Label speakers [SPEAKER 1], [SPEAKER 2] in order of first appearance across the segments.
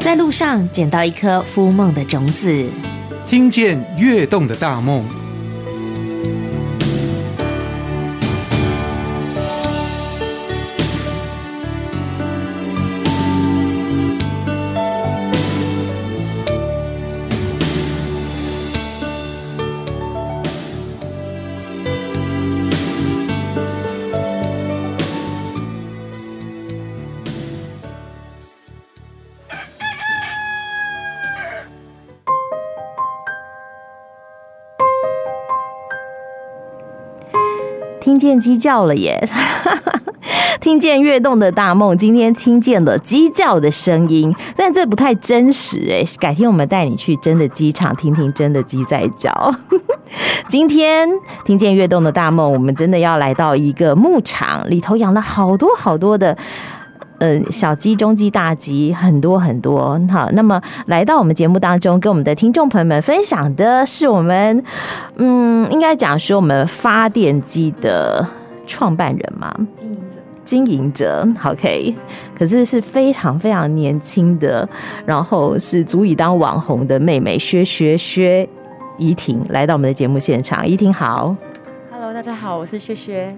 [SPEAKER 1] 在路上捡到一颗孵梦的种子，
[SPEAKER 2] 听见跃动的大梦。
[SPEAKER 3] 听见鸡叫了耶！ 听见跃动的大梦，今天听见了鸡叫的声音，但这不太真实哎、改天我们带你去真的鸡场听听真的鸡在叫。 今天听见跃动的大梦，我们真的要来到一个牧场，里头养了好多好多的。呃，小鸡、中鸡、大鸡，很多很多。好，那么来到我们节目当中，跟我们的听众朋友们分享的是我们，嗯，应该讲说我们发电机的创办人嘛，经营者，经营者，OK。可是是非常非常年轻的，然后是足以当网红的妹妹薛薛薛怡婷来到我们的节目现场，怡婷好。
[SPEAKER 4] Hello，大家好，我是薛薛。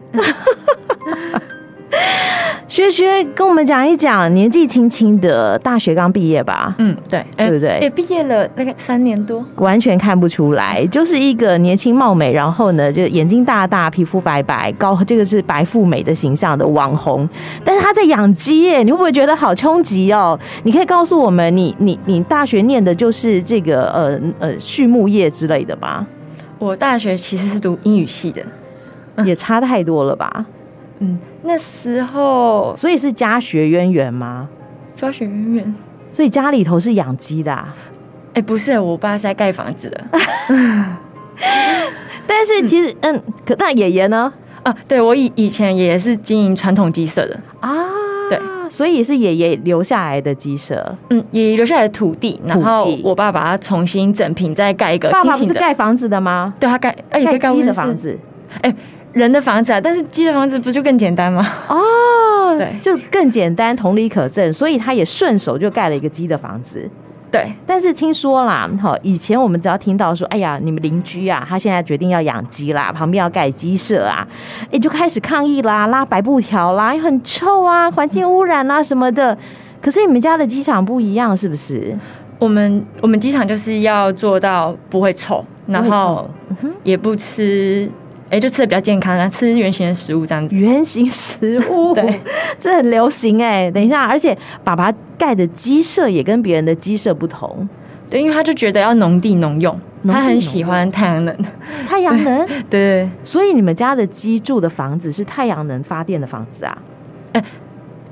[SPEAKER 3] 薛薛，跟我们讲一讲，年纪轻轻的，大学刚毕业吧，
[SPEAKER 4] 嗯， 对，
[SPEAKER 3] 对不对
[SPEAKER 4] 也毕业了那个三年多，
[SPEAKER 3] 完全看不出来，就是一个年轻貌美，然后呢，就眼睛大大，皮肤白白，高这个是白富美的形象的网红。但是她在养鸡耶，你会不会觉得好冲击哦？你可以告诉我们，你你你大学念的就是这个呃呃畜牧业之类的吧？
[SPEAKER 4] 我大学其实是读英语系的，
[SPEAKER 3] 也差太多了吧？
[SPEAKER 4] 嗯，那时候
[SPEAKER 3] 所以是家学渊源吗？
[SPEAKER 4] 教学渊源，
[SPEAKER 3] 所以家里头是养鸡的、啊。
[SPEAKER 4] 哎、不是，我爸是在盖房 子的
[SPEAKER 3] 但是其实，嗯，可那爷爷呢？
[SPEAKER 4] 啊，对我以以前也是经营传统鸡舍的，
[SPEAKER 3] 啊，
[SPEAKER 4] 对，
[SPEAKER 3] 所以是爷爷留下来的鸡舍。
[SPEAKER 4] 嗯，也留下来的土地，然后
[SPEAKER 3] 土地
[SPEAKER 4] 我爸把它重新整平，再盖一个
[SPEAKER 3] 爸爸不
[SPEAKER 4] 新
[SPEAKER 3] 是
[SPEAKER 4] 型呃的，
[SPEAKER 3] 盖房子的吗？
[SPEAKER 4] 对他盖，哎、也
[SPEAKER 3] 盖
[SPEAKER 4] 可以
[SPEAKER 3] 鸡
[SPEAKER 4] 屋
[SPEAKER 3] 的
[SPEAKER 4] 子
[SPEAKER 3] 房，子
[SPEAKER 4] 哎、人的房子啊，但是鸡的房子不就更简单吗？
[SPEAKER 3] 哦，
[SPEAKER 4] 对
[SPEAKER 3] 就更简单，同理可证，所以他也顺手就盖了一个鸡的房子。
[SPEAKER 4] 对，
[SPEAKER 3] 但是听说啦，哈，以前我们只要听到说，哎呀，你们邻居啊，他现在决定要养鸡啦，旁边要盖鸡舍啊，哎，就开始抗议啦，拉白布条啦，也很臭啊，环境污染啊什么的。可是你们家的鸡场不一样，是不是？
[SPEAKER 4] 我们我们机场就是要做到不会臭，然后也不吃，哎、就吃的比较健康，然后吃原形的食物这样子。，
[SPEAKER 3] 圆形食物
[SPEAKER 4] 对，
[SPEAKER 3] 这很流行哎、等一下，而且爸爸盖的鸡舍也跟别人的鸡舍不同，
[SPEAKER 4] 对，因为他就觉得要农地农用，
[SPEAKER 3] 农地
[SPEAKER 4] 他很喜欢太阳能。
[SPEAKER 3] 太阳能，
[SPEAKER 4] 对，
[SPEAKER 3] 所以你们家的鸡住的房子是太阳能发电的房子啊？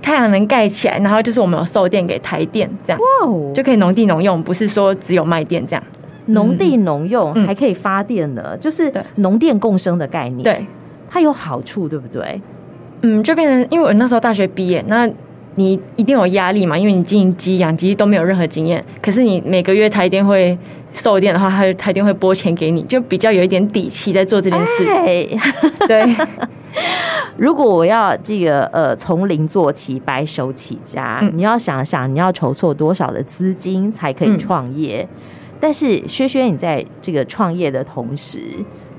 [SPEAKER 4] 太阳能盖起来，然后就是我们有售电给台电这样，
[SPEAKER 3] 哇哦，
[SPEAKER 4] 就可以农地农用，不是说只有卖电这样。
[SPEAKER 3] 农地农用
[SPEAKER 4] 嗯
[SPEAKER 3] 还可以发电呢，就是
[SPEAKER 4] 对
[SPEAKER 3] 农电共生的概念。，
[SPEAKER 4] 对，
[SPEAKER 3] 它有好处，对不对？
[SPEAKER 4] 嗯，就变成因为我那时候大学毕业，那你一定有压力嘛，因为你经营鸡养鸡都没有任何经验，可是你每个月台电会售电的话，它台电会拨钱给你，就比较有一点底气在做这件事。
[SPEAKER 3] 对，
[SPEAKER 4] 对，
[SPEAKER 3] 如果我要这个呃从零做起，白手起家，
[SPEAKER 4] 嗯
[SPEAKER 3] 你要想想你要筹措多少的资金才可以
[SPEAKER 4] 嗯
[SPEAKER 3] 创业。但是薛薛，你在这个创业的同时，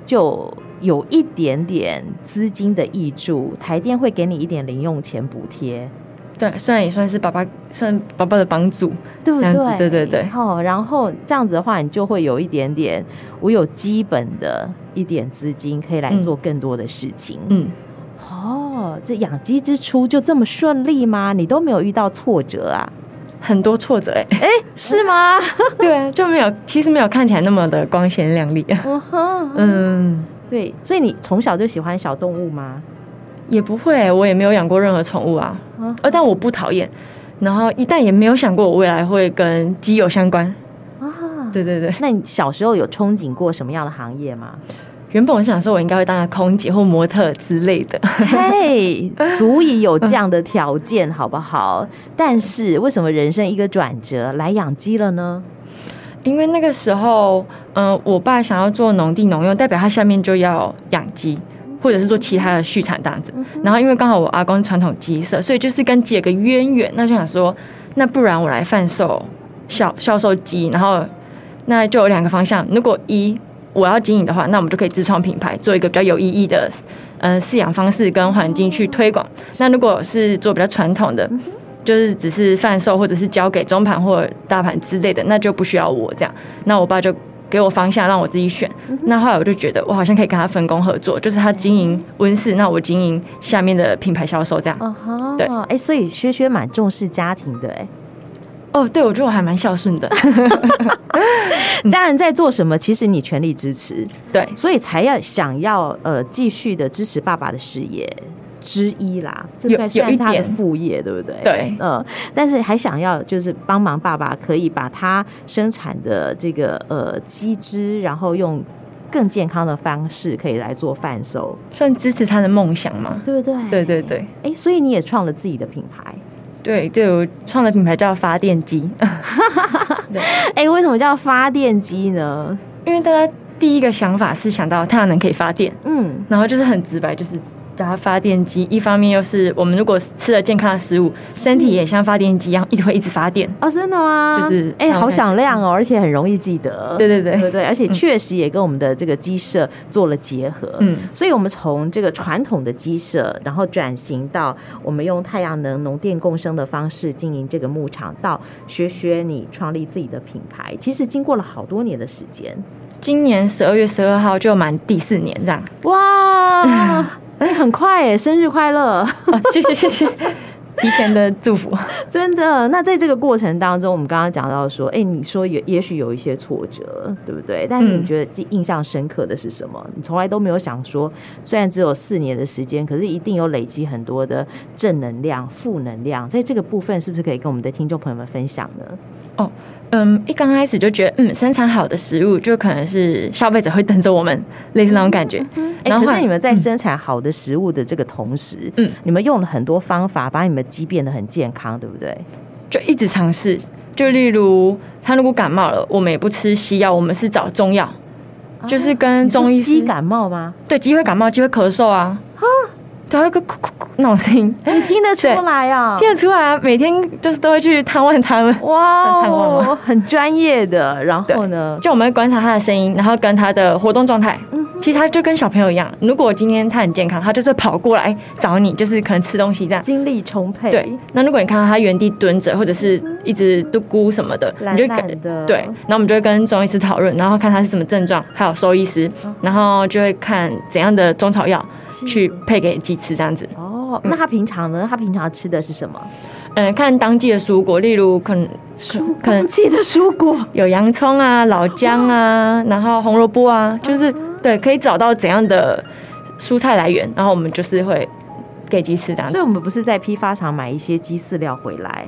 [SPEAKER 3] 就有一点点资金的益助，台电会给你一点零用钱补贴，
[SPEAKER 4] 对，虽然也算是爸爸，算爸爸的帮助，
[SPEAKER 3] 对不
[SPEAKER 4] 这
[SPEAKER 3] 对
[SPEAKER 4] 样子？对对对
[SPEAKER 3] 哦，然后这样子的话，你就会有一点点，我有基本的一点资金可以来
[SPEAKER 4] 嗯
[SPEAKER 3] 做更多的事情。
[SPEAKER 4] 嗯，
[SPEAKER 3] 哦，这养鸡之初就这么顺利吗？你都没有遇到挫折啊？
[SPEAKER 4] 很多挫折哎、
[SPEAKER 3] 是吗？
[SPEAKER 4] 对啊，就没有，其实没有看起来那么的光鲜亮丽 啊。
[SPEAKER 3] 嗯哼，嗯，
[SPEAKER 4] 嗯，
[SPEAKER 3] 对，所以你从小就喜欢小动物吗？
[SPEAKER 4] 也不会、我也没有养过任何宠物啊，
[SPEAKER 3] 嗯
[SPEAKER 4] 呃，但我不讨厌，然后一但也没有想过我未来会跟鸡有相关。
[SPEAKER 3] 啊，
[SPEAKER 4] 对对对，
[SPEAKER 3] 那你小时候有憧憬过什么样的行业 吗？
[SPEAKER 4] 原本我想说我应该会当个空姐或模特之类的，
[SPEAKER 3] 嘿，足以有这样的条件，好不好？但是为什么人生一个转折来养鸡了呢？
[SPEAKER 4] 因为那个时候，嗯、我爸想要做农地农用，代表他下面就要养鸡，或者是做其他的畜产这样子。然后因为刚好我阿公是传统鸡舍，所以就是跟鸡有个渊源，那就想说，那不然我来贩售销销售机，然后那就有两个方向。如果一我要经营的话，那我们就可以自创品牌，做一个比较有意义的呃饲养方式跟环境去推广。那如果是做比较传统的，就是只是贩售或者是交给中盘或者大盘之类的，那就不需要我这样。那我爸就给我方向，让我自己选。那后来我就觉得，我好像可以跟他分工合作，就是他经营温室，那我经营下面的品牌销售这样。
[SPEAKER 3] 哦哈，
[SPEAKER 4] 对
[SPEAKER 3] 哎、所以薛薛蛮重视家庭的、哎、
[SPEAKER 4] 哦，对，我觉得我还蛮孝顺的。嗯
[SPEAKER 3] 家人在做什么，其实你全力支持，
[SPEAKER 4] 对，
[SPEAKER 3] 所以才要想要呃继续的支持爸爸的事业之一啦，这
[SPEAKER 4] 有
[SPEAKER 3] 算算
[SPEAKER 4] 有
[SPEAKER 3] 是
[SPEAKER 4] 一
[SPEAKER 3] 他的
[SPEAKER 4] 点
[SPEAKER 3] 副业，对不对？
[SPEAKER 4] 对
[SPEAKER 3] 嗯、但是还想要就是帮忙爸爸，可以把他生产的这个呃鸡汁，然后用更健康的方式可以来做贩售，
[SPEAKER 4] 算支持他的梦想吗？
[SPEAKER 3] 对不对？
[SPEAKER 4] 对对对
[SPEAKER 3] 哎、所以你也创了自己的品牌，
[SPEAKER 4] 对对，我创的品牌叫发电 机，
[SPEAKER 3] 哎、为什么叫发电机呢？
[SPEAKER 4] 因为大家第一个想法是想到太阳能可以发电，
[SPEAKER 3] 嗯，
[SPEAKER 4] 然后就是很直白，就是叫它发电机。一方面又是我们如果吃了健康的食物，身体也像发电机一样，一直会一直发电。
[SPEAKER 3] 哦，真的吗？
[SPEAKER 4] 就是
[SPEAKER 3] 哎、好响亮哦，而且很容易记得。
[SPEAKER 4] 对对对
[SPEAKER 3] 对对，而且确实也跟我们的这个鸡舍做了结合。
[SPEAKER 4] 嗯
[SPEAKER 3] 所以我们从这个传统的鸡舍，然后转型到我们用太阳能农电共生的方式经营这个牧场，到学学你创立自己的品牌，其实经过了好多年的时间。
[SPEAKER 4] 今年十二月十二号就满第四年 这样。
[SPEAKER 3] 哇，哎很快哎，生日快乐！
[SPEAKER 4] 哦，谢谢谢谢，提前的祝福。
[SPEAKER 3] 真的，那在这个过程当中，我们刚刚讲到说，哎、你说也也许有一些挫折，对不对？但是你
[SPEAKER 4] 嗯
[SPEAKER 3] 觉得记印象深刻的是什么？你从来都没有想说，虽然只有四年的时间，可是一定有累积很多的正能量、负能量，在这个部分是不是可以跟我们的听众朋友们分享呢？
[SPEAKER 4] 嗯，一刚开始就觉得，嗯，生产好的食物就可能是消费者会等着我们，类似那种感觉。
[SPEAKER 3] 哎、
[SPEAKER 4] 然后
[SPEAKER 3] 可是
[SPEAKER 4] 后来
[SPEAKER 3] 你们在生产好的食物的这个同时，
[SPEAKER 4] 嗯，
[SPEAKER 3] 你们用了很多方法，把你们鸡变得很健康，对不对？
[SPEAKER 4] 就一直尝试，就例如他如果感冒了，我们也不吃西药，我们是找中药，就是跟
[SPEAKER 3] 啊你说
[SPEAKER 4] 嗯中医
[SPEAKER 3] 鸡
[SPEAKER 4] 师
[SPEAKER 3] 感冒 吗？
[SPEAKER 4] 对，机会感冒，机会咳嗽啊，啊，对，会个咕咕咕那种声音，
[SPEAKER 3] 你听得出
[SPEAKER 4] 对
[SPEAKER 3] 来啊？
[SPEAKER 4] 听得出来啊，每天就是都会去探望他们，
[SPEAKER 3] 哇
[SPEAKER 4] 很盼望
[SPEAKER 3] 哦
[SPEAKER 4] 吗，
[SPEAKER 3] 很专业的。然
[SPEAKER 4] 对
[SPEAKER 3] 后呢？
[SPEAKER 4] 就我们会观察他的声音，然后跟他的活动状态。
[SPEAKER 3] 嗯
[SPEAKER 4] 其实他就跟小朋友一样，如果今天他很健康，他就是跑过来找你，就是可能吃东西这样。
[SPEAKER 3] 精力充沛，
[SPEAKER 4] 对，那如果你看到他原地蹲着，或者是一直嘟咕什么的，
[SPEAKER 3] 懒
[SPEAKER 4] 你就
[SPEAKER 3] 懒
[SPEAKER 4] 感
[SPEAKER 3] 的
[SPEAKER 4] 对，然后我们就会跟中医师讨论，然后看他是什么症状，还有兽医师，然后就会看怎样的中草药
[SPEAKER 3] 是
[SPEAKER 4] 去配给鸡吃这样子。
[SPEAKER 3] 哦，那他平常呢？他平常吃的是什么？
[SPEAKER 4] 嗯，看当季的蔬果，例如可能
[SPEAKER 3] 蔬
[SPEAKER 4] 可能
[SPEAKER 3] 当季的蔬果，
[SPEAKER 4] 有洋葱啊、老姜 啊，然后红萝卜啊，就是对，可以找到怎样的蔬菜来源，然后我们就是会给鸡吃这样
[SPEAKER 3] 所
[SPEAKER 4] 子。
[SPEAKER 3] 以我们不是在批发厂买一些鸡饲料回来，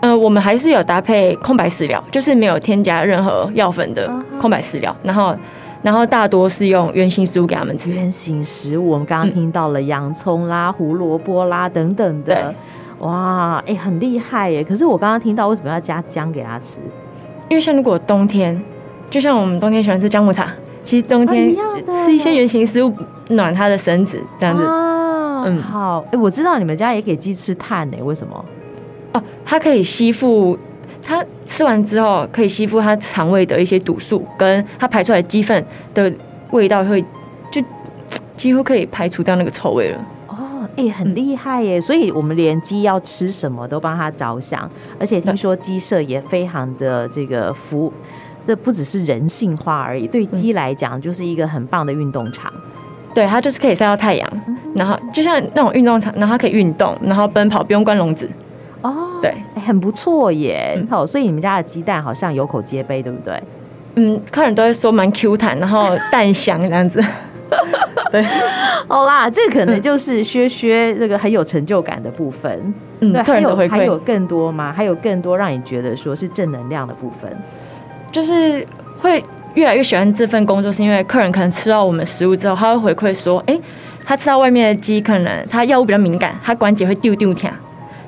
[SPEAKER 4] 呃，我们还是有搭配空白饲料，就是没有添加任何药粉的
[SPEAKER 3] 嗯哼
[SPEAKER 4] 空白饲料，然后然后大多是用原形食物给他们吃。
[SPEAKER 3] 圆形食物。我们刚刚
[SPEAKER 4] 嗯
[SPEAKER 3] 听到了洋葱啦、胡萝卜啦等等的
[SPEAKER 4] 对。
[SPEAKER 3] 哇，哎、很厉害耶！可是我刚刚听到为什么要加姜给他吃？
[SPEAKER 4] 因为像如果冬天，就像我们冬天喜欢吃姜母茶，其实冬
[SPEAKER 3] 啊
[SPEAKER 4] 天
[SPEAKER 3] 一样的
[SPEAKER 4] 吃一些原形食物暖它的身子这样子。
[SPEAKER 3] 啊
[SPEAKER 4] 嗯
[SPEAKER 3] 好，哎、我知道你们家也给鸡吃碳呢，为什么？
[SPEAKER 4] 哦，它可以吸附，它吃完之后可以吸附它肠胃的一些毒素，跟它排出来的鸡粪的味道会就几乎可以排除掉那个臭味了。
[SPEAKER 3] 哦，哎、很厉害耶！所以我们连鸡要吃什么都帮它着想，而且听
[SPEAKER 4] 对
[SPEAKER 3] 说鸡舍也非常的这个服，这不只是人性化而已，对鸡来讲就是一个很棒的运动场。
[SPEAKER 4] 对，它就是可以晒到太阳，
[SPEAKER 3] 嗯
[SPEAKER 4] 然后就像那种运动场，然后它可以运动，然后奔跑，不用关笼子。
[SPEAKER 3] 哦，
[SPEAKER 4] 对，
[SPEAKER 3] 哎很不错耶
[SPEAKER 4] 嗯！
[SPEAKER 3] 好、所以你们家的鸡蛋好像有口皆碑，对不对？
[SPEAKER 4] 嗯，客人都会说蛮 Q 弹，然后蛋香这样子。 对，
[SPEAKER 3] 好啦，这可能就是薛薛这个很有成就感的部分。
[SPEAKER 4] 嗯
[SPEAKER 3] 对，，
[SPEAKER 4] 客
[SPEAKER 3] 还
[SPEAKER 4] 人的
[SPEAKER 3] 有
[SPEAKER 4] 回
[SPEAKER 3] 还有
[SPEAKER 4] 馈
[SPEAKER 3] 更多吗？还有更多让你觉得说是正能量的部分？
[SPEAKER 4] 就是会越来越喜欢这份工作，是因为客人可能吃到我们食物之后，他会回馈说，哎、他吃到外面的鸡，可能他药物比较敏感，他关节会丢丢跳。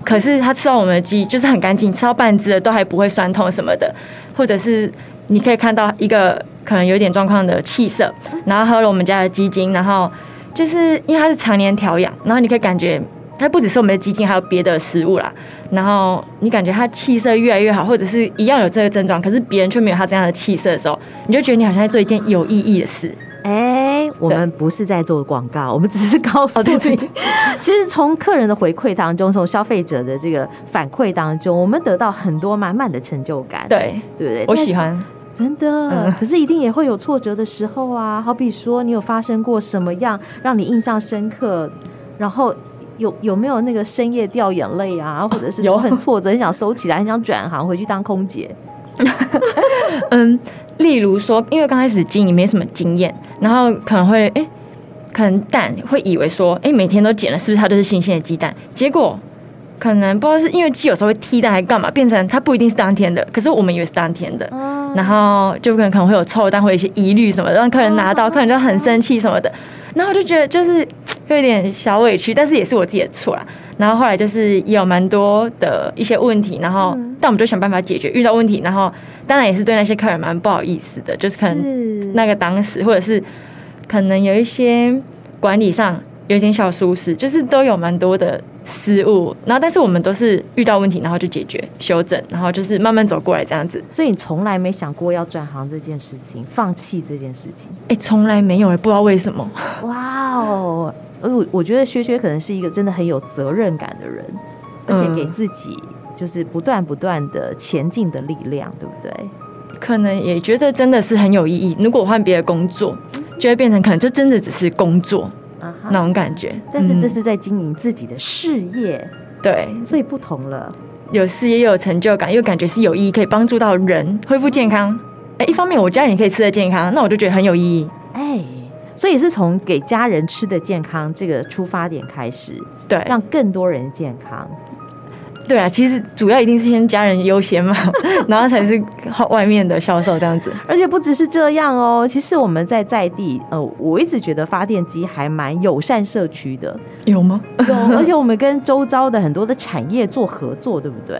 [SPEAKER 4] 可是他吃到我们的鸡就是很干净，吃到半只的都还不会酸痛什么的，或者是你可以看到一个可能有点状况的气色，然后喝了我们家的鸡精，然后就是因为它是常年调养，然后你可以感觉它不只是我们的鸡精，还有别的食物啦。然后你感觉它气色越来越好，或者是一样有这个症状，可是别人却没有他这样的气色的时候，你就觉得你好像在做一件有意义的事。
[SPEAKER 3] 哎、我们不是在做广告，我们只是告诉
[SPEAKER 4] 哦
[SPEAKER 3] 你。
[SPEAKER 4] 对对
[SPEAKER 3] 其实从客人的回馈当中，从消费者的这个反馈当中，我们得到很多满满的成就感。
[SPEAKER 4] 对，
[SPEAKER 3] 对不对？
[SPEAKER 4] 我
[SPEAKER 3] 但
[SPEAKER 4] 喜
[SPEAKER 3] 是
[SPEAKER 4] 欢。
[SPEAKER 3] 真的，
[SPEAKER 4] 嗯
[SPEAKER 3] 可是一定也会有挫折的时候啊。好比说，你有发生过什么样让你印象深刻，然后有有没有那个深夜掉眼泪 啊，或者是
[SPEAKER 4] 有
[SPEAKER 3] 说很挫折，很想收起来，很想转行回去当空姐？
[SPEAKER 4] 嗯，例如说，因为刚开始经营没什么经验，然后可能会哎、诶可能蛋会以为说，哎、每天都捡了，是不是它都是新鲜的鸡蛋？结果可能不知道是因为鸡有时候会踢蛋还干嘛，变成它不一定是当天的，可是我们以为是当天的，
[SPEAKER 3] 嗯，
[SPEAKER 4] 然后就可能可能会有臭蛋，会有一些疑虑什么的，让客人拿
[SPEAKER 3] 嗯
[SPEAKER 4] 到，客人就很生气什么的。然后我就觉得就是有一点小委屈，但是也是我自己的错啦。然后后来就是也有蛮多的一些问题，然后、
[SPEAKER 3] 嗯
[SPEAKER 4] 但我们就想办法解决遇到问题，然后当然也是对那些客人蛮不好意思的，就是可能
[SPEAKER 3] 是
[SPEAKER 4] 那个当时或者是可能有一些管理上有一点小疏失，就是都有蛮多的失误。然后但是我们都是遇到问题，然后就解决修正，然后就是慢慢走过来这样子。
[SPEAKER 3] 所以你从来没想过要转行这件事情，放弃这件事情。
[SPEAKER 4] 哎、从来没有哎、不知道为什么。
[SPEAKER 3] 哇哦，呃我我觉得薛薛可能是一个真的很有责任感的人，而且
[SPEAKER 4] 嗯
[SPEAKER 3] 给自己就是不断不断的前进的力量，对不对？
[SPEAKER 4] 可能也觉得真的是很有意义。如果我换别的工作，就会变成可能就真的只是工作
[SPEAKER 3] 啊哈
[SPEAKER 4] 嗯那种感觉。
[SPEAKER 3] 但是这
[SPEAKER 4] 嗯
[SPEAKER 3] 是在经营自己的事业，
[SPEAKER 4] 对，
[SPEAKER 3] 所以不同了。
[SPEAKER 4] 有事业又有成就感，又感觉是有意义，可以帮助到人恢复健康。哎、一方面我家人也可以吃得健康，那我就觉得很有意义。
[SPEAKER 3] 哎，所以是从给家人吃的健康这个出发点开始，
[SPEAKER 4] 对，
[SPEAKER 3] 让更多人健康。
[SPEAKER 4] 对啊，其实主要一定是先家人优先嘛， 然后才是外面的销售这样子。
[SPEAKER 3] 而且不只是这样哦，其实我们在在地，呃，我一直觉得发电机还蛮友善社区 的，
[SPEAKER 4] 有吗？
[SPEAKER 3] 有，而且我们跟周遭的很多的产业做合作，对不对？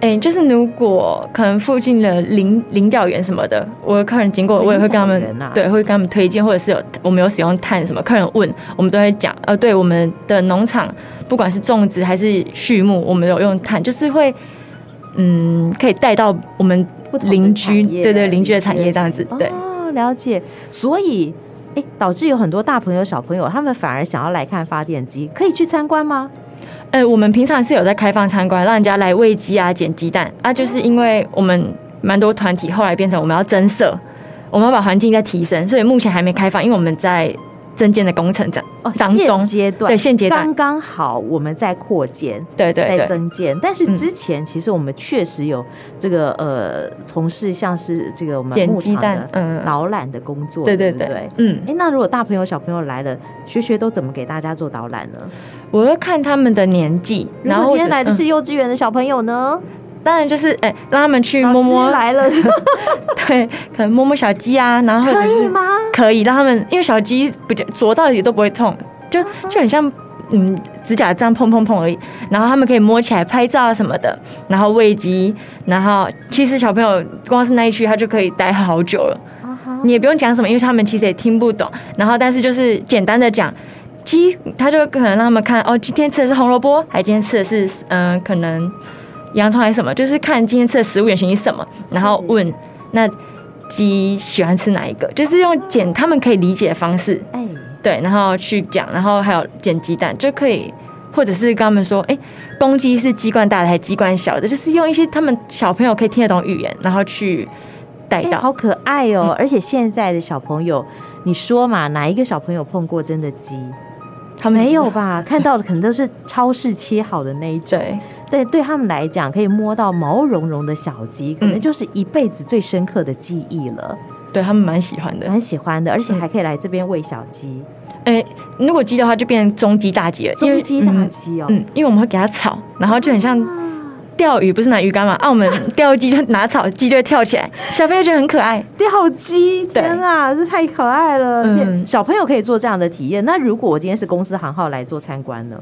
[SPEAKER 4] 哎、就是如果可能附近的领领教员什么的，我的客人经过，我也会跟他们
[SPEAKER 3] 领、教员啊
[SPEAKER 4] 对，会跟他们推荐，或者是有我们有使用碳什么，客人问我们都会讲，呃，对我们的农场，不管是种植还是畜牧，我们有用碳，就是会嗯，可以带到我们
[SPEAKER 3] 不同的
[SPEAKER 4] 邻居，
[SPEAKER 3] 产业
[SPEAKER 4] 对对，邻居的产业这样子，对，
[SPEAKER 3] 哦，了解。所以，哎，导致有很多大朋友、小朋友，他们反而想要来看发电机，可以去参观吗？
[SPEAKER 4] 呃，我们平常是有在开放参观，让人家来喂鸡啊、捡鸡蛋啊，就是因为我们蛮多团体后来变成我们要增色，我们要把环境再提升，所以目前还没开放，因为我们在增建的工程当
[SPEAKER 3] 哦，
[SPEAKER 4] 当
[SPEAKER 3] 现
[SPEAKER 4] 中，
[SPEAKER 3] 阶段
[SPEAKER 4] 对现阶段
[SPEAKER 3] 刚刚好，我们在扩建。
[SPEAKER 4] 对对
[SPEAKER 3] 在
[SPEAKER 4] 对，
[SPEAKER 3] 增建，但是
[SPEAKER 4] 嗯
[SPEAKER 3] 之前其实我们确实有这个呃从事像是这个我们
[SPEAKER 4] 捡
[SPEAKER 3] 牧
[SPEAKER 4] 鸡
[SPEAKER 3] 场
[SPEAKER 4] 蛋，
[SPEAKER 3] 的
[SPEAKER 4] 嗯，
[SPEAKER 3] 导览的工作，
[SPEAKER 4] 对
[SPEAKER 3] 对
[SPEAKER 4] 对
[SPEAKER 3] 不
[SPEAKER 4] 对，嗯，
[SPEAKER 3] 哎，那如果大朋友小朋友来了，学学都怎么给大家做导览呢？
[SPEAKER 4] 我会看他们的年纪，
[SPEAKER 3] 然
[SPEAKER 4] 然
[SPEAKER 3] 后
[SPEAKER 4] 后
[SPEAKER 3] 今天
[SPEAKER 4] 我
[SPEAKER 3] 来的
[SPEAKER 4] 嗯
[SPEAKER 3] 是幼稚园的小朋友呢，
[SPEAKER 4] 当然就是哎、让他们去
[SPEAKER 3] 老
[SPEAKER 4] 摸
[SPEAKER 3] 师
[SPEAKER 4] 摸，
[SPEAKER 3] 来了，
[SPEAKER 4] 对，可能摸摸小鸡啊，然后或者
[SPEAKER 3] 可以
[SPEAKER 4] 是
[SPEAKER 3] 吗？
[SPEAKER 4] 可以让他们，因为小鸡不就啄到也都不会痛，就就很像嗯指甲这样碰碰碰而已。然后他们可以摸起来拍照啊什么的，然后喂鸡，然后其实小朋友光是那一区他就可以待好久了，
[SPEAKER 3] 啊哈
[SPEAKER 4] 你也不用讲什么，因为他们其实也听不懂。然后但是就是简单的讲。鸡，他就可能让他们看哦，今天吃的是红萝卜，还今天吃的是嗯、呃可能洋葱还是什么，就是看今天吃的食物原型是什么，然后问那鸡喜欢吃哪一个，就是用简他们可以理解的方式，
[SPEAKER 3] 哎，
[SPEAKER 4] 对，然后去讲，然后还有捡鸡蛋就可以，或者是跟他们说，哎、公鸡是鸡冠大的还是鸡冠小的，就是用一些他们小朋友可以听得懂语言，然后去带
[SPEAKER 3] 哎，
[SPEAKER 4] 到。嗯
[SPEAKER 3] 好可爱哦！而且现在的小朋友，你说嘛，哪一个小朋友碰过真的鸡？
[SPEAKER 4] 嗯他们
[SPEAKER 3] 没有？吧？看到的可能都是超市切好的那一种。
[SPEAKER 4] 对，
[SPEAKER 3] 对，对他们来讲，可以摸到毛茸茸的小鸡，
[SPEAKER 4] 嗯
[SPEAKER 3] 可能就是一辈子最深刻的记忆了，
[SPEAKER 4] 对他们蛮喜欢的。
[SPEAKER 3] 蛮喜欢的。而且还可以来这边喂小鸡，
[SPEAKER 4] 哎、如果鸡的话，就变成中鸡大鸡了，因为
[SPEAKER 3] 中鸡大
[SPEAKER 4] 嗯
[SPEAKER 3] 鸡哦。啊
[SPEAKER 4] 嗯，因嗯为我们会给它草，然后就很像钓鱼，不是拿鱼竿嘛？啊，我们钓鸡就拿草，鸡就会跳起来， 小朋友觉得很可爱。
[SPEAKER 3] 掉鸡，
[SPEAKER 4] 对
[SPEAKER 3] 天啊，这太可爱了！
[SPEAKER 4] 嗯
[SPEAKER 3] 而且小朋友可以做这样的体验。那如果我今天是公司行号来做参观呢？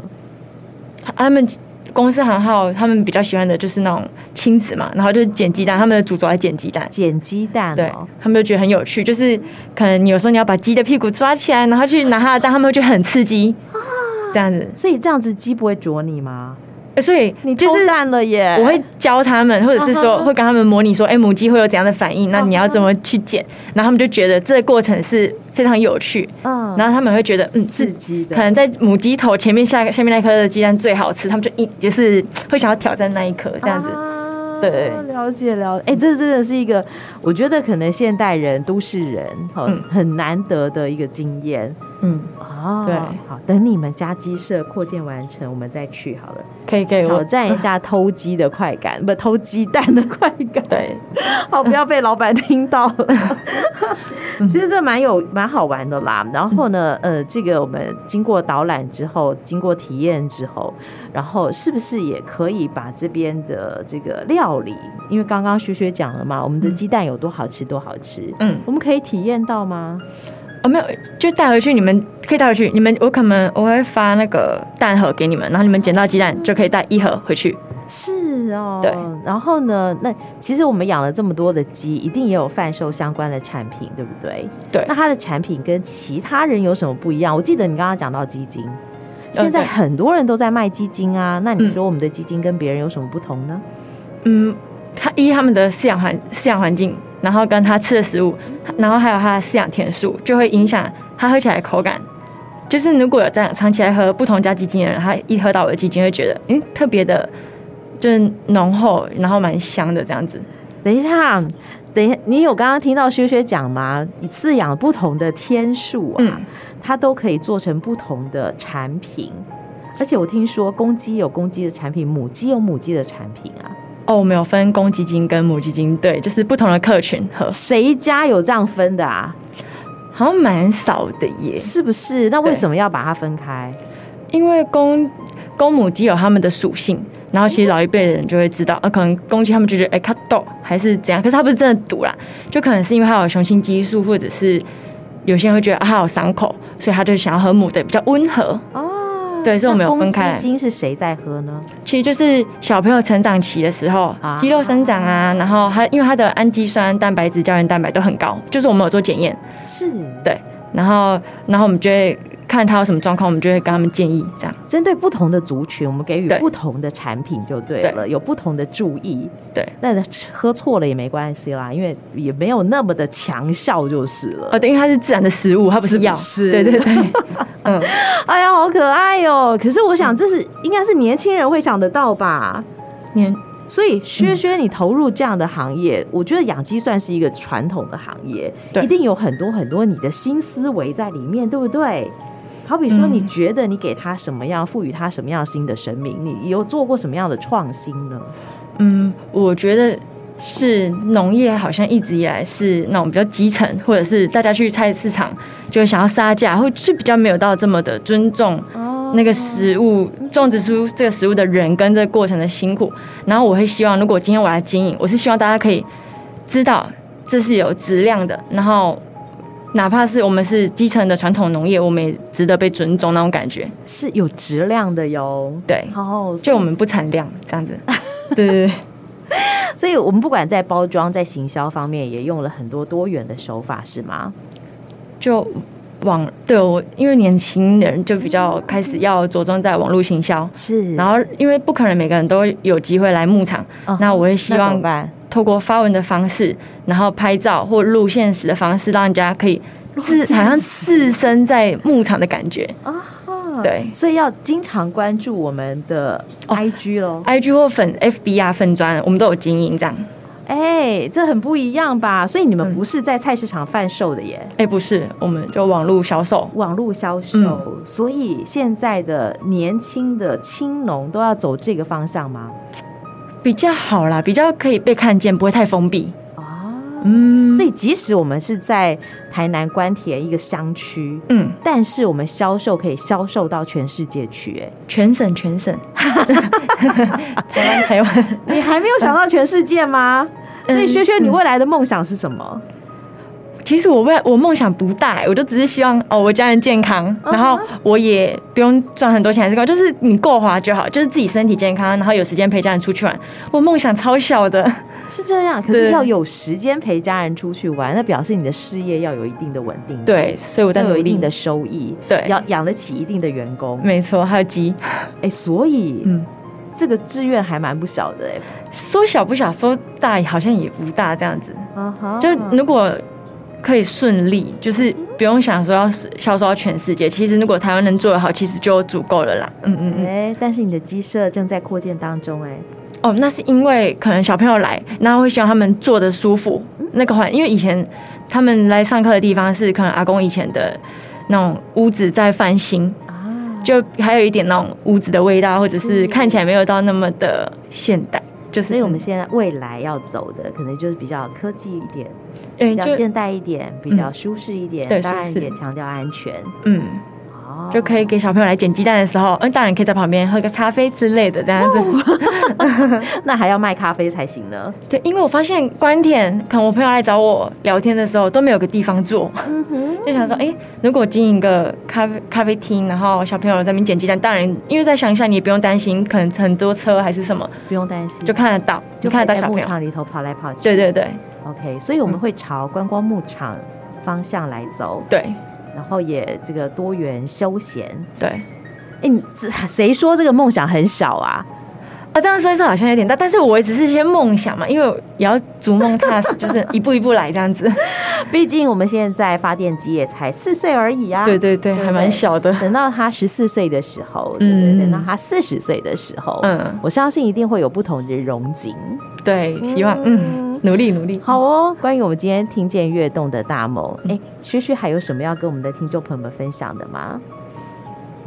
[SPEAKER 4] 他们公司行号，他们比较喜欢的就是那种亲子嘛，然后就是捡鸡蛋，他们的主轴在捡鸡蛋。
[SPEAKER 3] 捡鸡蛋
[SPEAKER 4] 对
[SPEAKER 3] 哦，
[SPEAKER 4] 他们就觉得很有趣，
[SPEAKER 3] 啊
[SPEAKER 4] 就是可能你有时候你要把鸡的屁股抓起来，然后去拿它的蛋，他们会觉得很刺激。这样子。
[SPEAKER 3] 所以这样子鸡不会啄你吗？
[SPEAKER 4] 呃所以
[SPEAKER 3] 你
[SPEAKER 4] 就
[SPEAKER 3] 偷
[SPEAKER 4] 是
[SPEAKER 3] 蛋了耶！
[SPEAKER 4] 我会教他们，或者是
[SPEAKER 3] 哎嗯
[SPEAKER 4] 说
[SPEAKER 3] 哼
[SPEAKER 4] 会跟他们模拟说，哎、母鸡会有怎样的反应？那
[SPEAKER 3] 嗯哼
[SPEAKER 4] 你要怎么去捡？然后他们就觉得这个过程是非常有趣，
[SPEAKER 3] 嗯，
[SPEAKER 4] 然后他们会觉得，嗯，
[SPEAKER 3] 刺
[SPEAKER 4] 自己
[SPEAKER 3] 激的，
[SPEAKER 4] 可能在母鸡头前面下下面那颗的鸡蛋最好吃，他们就一就是会想要挑战那一颗这样子。
[SPEAKER 3] 啊
[SPEAKER 4] 对
[SPEAKER 3] 了解了解。哎、这真的是一个，我觉得可能现代人、都市人，哦
[SPEAKER 4] 嗯
[SPEAKER 3] 很难得的一个经验
[SPEAKER 4] 嗯，
[SPEAKER 3] 啊。
[SPEAKER 4] 对
[SPEAKER 3] 好，等你们家鸡舍扩建完成，我们再去好了，
[SPEAKER 4] 可以可以，
[SPEAKER 3] 挑
[SPEAKER 4] 我
[SPEAKER 3] 战一下偷鸡的快感，不偷鸡蛋的快感。
[SPEAKER 4] 对
[SPEAKER 3] 哦好，不要被老板听到。其实这蛮有蛮好玩的啦。然后呢，呃，这个我们经过导览之后，经过体验之后，然后是不是也可以把这边的这个料理，因为刚刚学学讲了嘛，我们的鸡蛋有多好吃，多好吃，
[SPEAKER 4] 嗯，
[SPEAKER 3] 我们可以体验到吗？
[SPEAKER 4] 哦没有，就带回去，你们可以带回去，你们我可能我会发那个蛋盒给你们，然后你们捡到鸡蛋就可以带一盒回去。
[SPEAKER 3] 是哦，
[SPEAKER 4] 对。
[SPEAKER 3] 然后呢，那其实我们养了这么多的鸡，一定也有贩售相关的产品，对不对？
[SPEAKER 4] 对
[SPEAKER 3] 那它的产品跟其他人有什么不一样？我记得你刚刚讲到鸡精，
[SPEAKER 4] 嗯
[SPEAKER 3] 现在
[SPEAKER 4] 对
[SPEAKER 3] 很多人都在卖鸡精啊。那你说我们的鸡精跟别人有什么不同呢？
[SPEAKER 4] 嗯，它依他们的饲养环饲养环境，然后跟它吃的食物，然后还有它的饲养天数，就会影响它喝起来的口感。就是如果有这样长期来喝不同家鸡精的人，他一喝到我的鸡精，会觉得嗯特别的，就是浓厚，然后蛮香的这样子。
[SPEAKER 3] 等一下，等一下，你有刚刚听到薛薛讲吗？你饲养不同的天数啊，
[SPEAKER 4] 嗯，
[SPEAKER 3] 它都可以做成不同的产品。而且我听说公鸡有公鸡的产品，母鸡有母鸡的产品啊。
[SPEAKER 4] 哦，我们有分公鸡精跟母鸡精，对，就是不同的客群喝，
[SPEAKER 3] 谁家有这样分的啊？
[SPEAKER 4] 好像蛮少的耶。
[SPEAKER 3] 是不是？那为什么要把它分开？
[SPEAKER 4] 因为公公母鸡有它们的属性，然后其实老一辈的人就会知道，呃，可能公鸡他们就觉得，哎、它毒还是怎样，可是它不是真的毒啦，就可能是因为它有雄性激素，或者是有些人会觉得啊，它有伤口，所以他就想要喝母的比较温和。
[SPEAKER 3] 哦，
[SPEAKER 4] 对所以我们有分开
[SPEAKER 3] 那公鸡精是谁在喝呢？
[SPEAKER 4] 其实就是小朋友成长期的时候
[SPEAKER 3] 啊，
[SPEAKER 4] 肌肉生长啊，然后它因为它的氨基酸、蛋白质、胶原蛋白都很高，就是我们有做检验，
[SPEAKER 3] 是
[SPEAKER 4] 对，然后然后我们就会看它有什么状况，我们就会跟他们建议这样，
[SPEAKER 3] 针对不同的族群，我们给予
[SPEAKER 4] 对
[SPEAKER 3] 不同的产品就对了，有不同的注意。
[SPEAKER 4] 对。
[SPEAKER 3] 那喝错了也没关系啦，因为也没有那么的强效就是了。
[SPEAKER 4] 哦，对，因为它是自然的食物，它不
[SPEAKER 3] 是
[SPEAKER 4] 是
[SPEAKER 3] 不
[SPEAKER 4] 药，
[SPEAKER 3] 是
[SPEAKER 4] 对 对对，嗯，
[SPEAKER 3] 哎呀，好可爱哦！可是我想，这是应该是年轻人会想得到吧？
[SPEAKER 4] 年
[SPEAKER 3] 所以，薛薛，你投入这样的行业，我觉得养鸡算是一个传统的行业，
[SPEAKER 4] 对
[SPEAKER 3] 一定有很多很多你的新思维在里面，对不对？好比说，
[SPEAKER 4] 嗯
[SPEAKER 3] 你觉得你给它什么样，赋予它什么样新的生命？你有做过什么样的创新呢？
[SPEAKER 4] 嗯，我觉得是农业好像一直以来是那种比较基层，或者是大家去菜市场就会想要杀价，或是比较没有到这么的尊重
[SPEAKER 3] 哦
[SPEAKER 4] 那个食物种植出这个食物的人跟这个过程的辛苦。然后我会希望，如果今天我来经营，我是希望大家可以知道这是有质量的，然后。哪怕是我们是基层的传统农业，我们也值得被尊重那种感觉。
[SPEAKER 3] 是有质量的哟。
[SPEAKER 4] 对，
[SPEAKER 3] 哦，
[SPEAKER 4] 就我们不产量这样子。对对对，
[SPEAKER 3] 所以我们不管在包装、在行销方面，也用了很多多元的手法，是吗？
[SPEAKER 4] 就网对我，因为年轻人就比较开始要着重在网络行销，
[SPEAKER 3] 是
[SPEAKER 4] 然后因为不可能每个人都有机会来牧场，
[SPEAKER 3] 嗯
[SPEAKER 4] 哦那我也希
[SPEAKER 3] 那怎
[SPEAKER 4] 望
[SPEAKER 3] 么办？
[SPEAKER 4] 透过发文的方式，然后拍照或录现实的方式，让人家可以自好像置身在牧场的感觉。
[SPEAKER 3] 啊，
[SPEAKER 4] 对哦
[SPEAKER 3] 所以要经常关注我们的 IG 喽。
[SPEAKER 4] I G 或粉 F B 啊粉砖，我们都有经营这样。
[SPEAKER 3] 哎，这很不一样吧？所以你们
[SPEAKER 4] 嗯
[SPEAKER 3] 不是在菜市场贩售的耶，
[SPEAKER 4] 哎，不是，我们就网络销售。
[SPEAKER 3] 网络销售。
[SPEAKER 4] 嗯
[SPEAKER 3] 所以现在的年轻的青农都要走这个方向吗？
[SPEAKER 4] 比较好啦，比较可以被看见，不会太封闭。
[SPEAKER 3] 啊，
[SPEAKER 4] 嗯，
[SPEAKER 3] 所以即使我们是在台南关田一个乡区。
[SPEAKER 4] 嗯，
[SPEAKER 3] 但是我们销售可以销售到全世界去、
[SPEAKER 4] 全省全省， 台湾台湾，
[SPEAKER 3] 哎，你还没有想到全世界吗？所以，
[SPEAKER 4] 嗯
[SPEAKER 3] 薛薛，你未来的梦想是什么？
[SPEAKER 4] 其其实我为我梦想不大、我就只是希望哦，我家人健康，
[SPEAKER 3] 嗯
[SPEAKER 4] 然后我也不用赚很多钱还是高，就是你够花就好，就是自己身体健康，然后有时间陪家人出去玩。我梦想超小的，
[SPEAKER 3] 是这样。可是
[SPEAKER 4] 对
[SPEAKER 3] 要有时间陪家人出去玩，那表示你的事业要有一定的稳定度，
[SPEAKER 4] 对，所以我在
[SPEAKER 3] 要
[SPEAKER 4] 努
[SPEAKER 3] 有一
[SPEAKER 4] 力
[SPEAKER 3] 定的。收益，
[SPEAKER 4] 对
[SPEAKER 3] 要养得起一定的员工。
[SPEAKER 4] 没错，还有鸡，
[SPEAKER 3] 哎，所以
[SPEAKER 4] 嗯，
[SPEAKER 3] 这个志愿还蛮不小的哎。
[SPEAKER 4] 说小不小，说大好像也不大这样子。
[SPEAKER 3] 啊哈
[SPEAKER 4] 就嗯如果可以顺利，就是不用想说要销售到全世界，其实如果台湾能做得好，其实就足够了啦。嗯嗯嗯。
[SPEAKER 3] 哎，但是你的鸡舍正在扩建当中哎。
[SPEAKER 4] 哦，那是因为可能小朋友来，然后会希望他们坐的舒服，那个环，因为以前他们来上课的地方是可能阿公以前的那种屋子在翻新，
[SPEAKER 3] 啊，
[SPEAKER 4] 就还有一点那种屋子的味道，或者
[SPEAKER 3] 是
[SPEAKER 4] 是看起来没有到那么的现代，就是
[SPEAKER 3] 所以我们现在未来要走的，可能就是比较科技一点，
[SPEAKER 4] 对
[SPEAKER 3] 比较
[SPEAKER 4] 就嗯
[SPEAKER 3] 现代一点，比较舒适一点，
[SPEAKER 4] 对
[SPEAKER 3] 当然
[SPEAKER 4] 舒适
[SPEAKER 3] 也强调安全。
[SPEAKER 4] 嗯，
[SPEAKER 3] 哦
[SPEAKER 4] 就可以给小朋友来捡鸡蛋的时候，嗯，大人可以在旁边喝个咖啡之类的这样子。
[SPEAKER 3] 那还要卖咖啡才行呢。
[SPEAKER 4] 对，因为我发现关田，可能我朋友来找我聊天的时候都没有个地方坐，就想说，哎、如果经营个咖啡咖啡厅，然后小朋友在那边捡鸡蛋，当然，因为在乡下你也不用担心，可能很多车还是什么，
[SPEAKER 3] 不用担心，
[SPEAKER 4] 就看得到，
[SPEAKER 3] 就
[SPEAKER 4] 嗯就看得
[SPEAKER 3] 可以
[SPEAKER 4] 到
[SPEAKER 3] 在
[SPEAKER 4] 小
[SPEAKER 3] 牧
[SPEAKER 4] 朋友。
[SPEAKER 3] 场里头跑来跑去。
[SPEAKER 4] 对嗯对对
[SPEAKER 3] ，OK，所以我们会朝观光牧场方向来走，
[SPEAKER 4] 对
[SPEAKER 3] 然后也这个多元休闲。
[SPEAKER 4] 对。
[SPEAKER 3] 哎，你这谁说这个梦想很小啊？
[SPEAKER 4] 啊，这样说一说好像有点大，但是我也只是一些梦想嘛，因为也要逐梦踏 实，就是一步一步来这样子。
[SPEAKER 3] 毕竟我们现在发电机也才四岁而已啊。
[SPEAKER 4] 对对对，还蛮小的。
[SPEAKER 3] 等到他十四岁的时候，对不对？
[SPEAKER 4] 嗯
[SPEAKER 3] 等到他四十岁的时候，
[SPEAKER 4] 嗯，
[SPEAKER 3] 我相信一定会有不同的融景。
[SPEAKER 4] 对，希望嗯努力努力。
[SPEAKER 3] 好哦，关于我们今天听见跃动的大梦，
[SPEAKER 4] 嗯
[SPEAKER 3] 哎，旭旭还有什么要跟我们的听众朋友们分享的吗？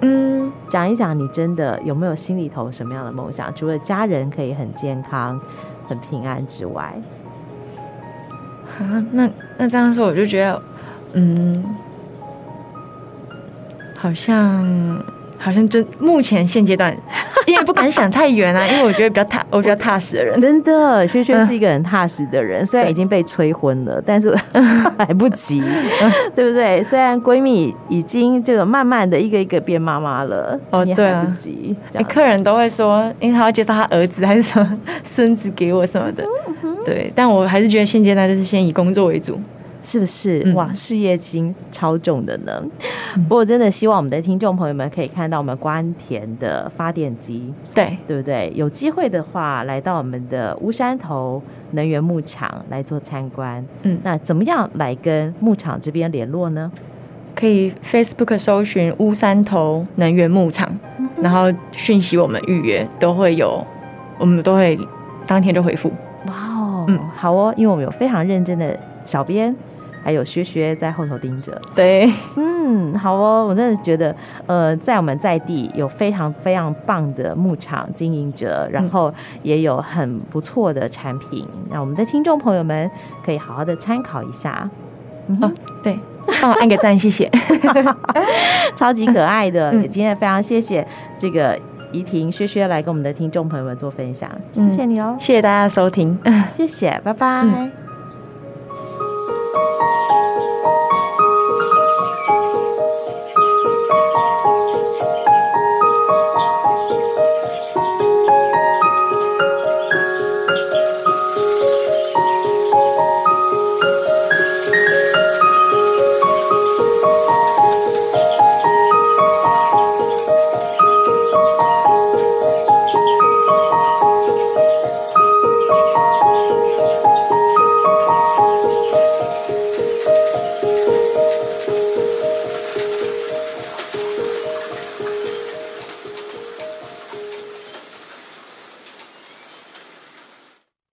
[SPEAKER 4] 嗯，
[SPEAKER 3] 讲一讲你真的有没有心里头什么样的梦想？除了家人可以很健康、很平安之外，
[SPEAKER 4] 啊，那那这样说，我就觉得，嗯，好像好像就目前现阶段，因为不敢想太远啊，因为我觉得比较踏，我比较踏实的人。
[SPEAKER 3] 真的，薛
[SPEAKER 4] 嗯
[SPEAKER 3] 薛是一个很踏实的人，虽然已经被催婚了，但是
[SPEAKER 4] 嗯
[SPEAKER 3] 来不及，对不对？虽然闺蜜已经这个慢慢的一个一个变妈妈了，
[SPEAKER 4] 哦
[SPEAKER 3] 你
[SPEAKER 4] 对
[SPEAKER 3] 还
[SPEAKER 4] 啊
[SPEAKER 3] 不及。这
[SPEAKER 4] 哎
[SPEAKER 3] 样
[SPEAKER 4] 客人都会说，因为他要介绍他儿子还是什么孙子给我什么的，对。但我还是觉得现阶段就是先以工作为主。
[SPEAKER 3] 是不是？
[SPEAKER 4] 嗯
[SPEAKER 3] 哇，事业心超重的呢。不过真的希望我们的听众朋友们可以看到我们关田的发电机，
[SPEAKER 4] 对，
[SPEAKER 3] 对不对？有机会的话，来到我们的乌山头能源牧场来做参观。
[SPEAKER 4] 嗯
[SPEAKER 3] 那怎么样来跟牧场这边联络呢？
[SPEAKER 4] 可以 Facebook 搜寻乌山头能源牧场，然后讯息我们预约都会有，我们都会当天就回复。
[SPEAKER 3] 哇哦，
[SPEAKER 4] 嗯
[SPEAKER 3] 好哦，因为我们有非常认真的小编，还有薛薛在后头盯着。
[SPEAKER 4] 对。
[SPEAKER 3] 嗯，好哦，我真的觉得，呃，在我们在地有非常非常棒的牧场经营者，然后也有很不错的产品，那我们的听众朋友们可以好好的参考一 下，
[SPEAKER 4] 哦，对，帮我按个赞，谢谢。
[SPEAKER 3] 超级可爱的。
[SPEAKER 4] 嗯
[SPEAKER 3] 也今天非常谢谢这个怡婷薛薛来跟我们的听众朋友们做分享，谢谢你哦，
[SPEAKER 4] 谢谢大家的收听。
[SPEAKER 3] 谢谢，拜拜。
[SPEAKER 4] 嗯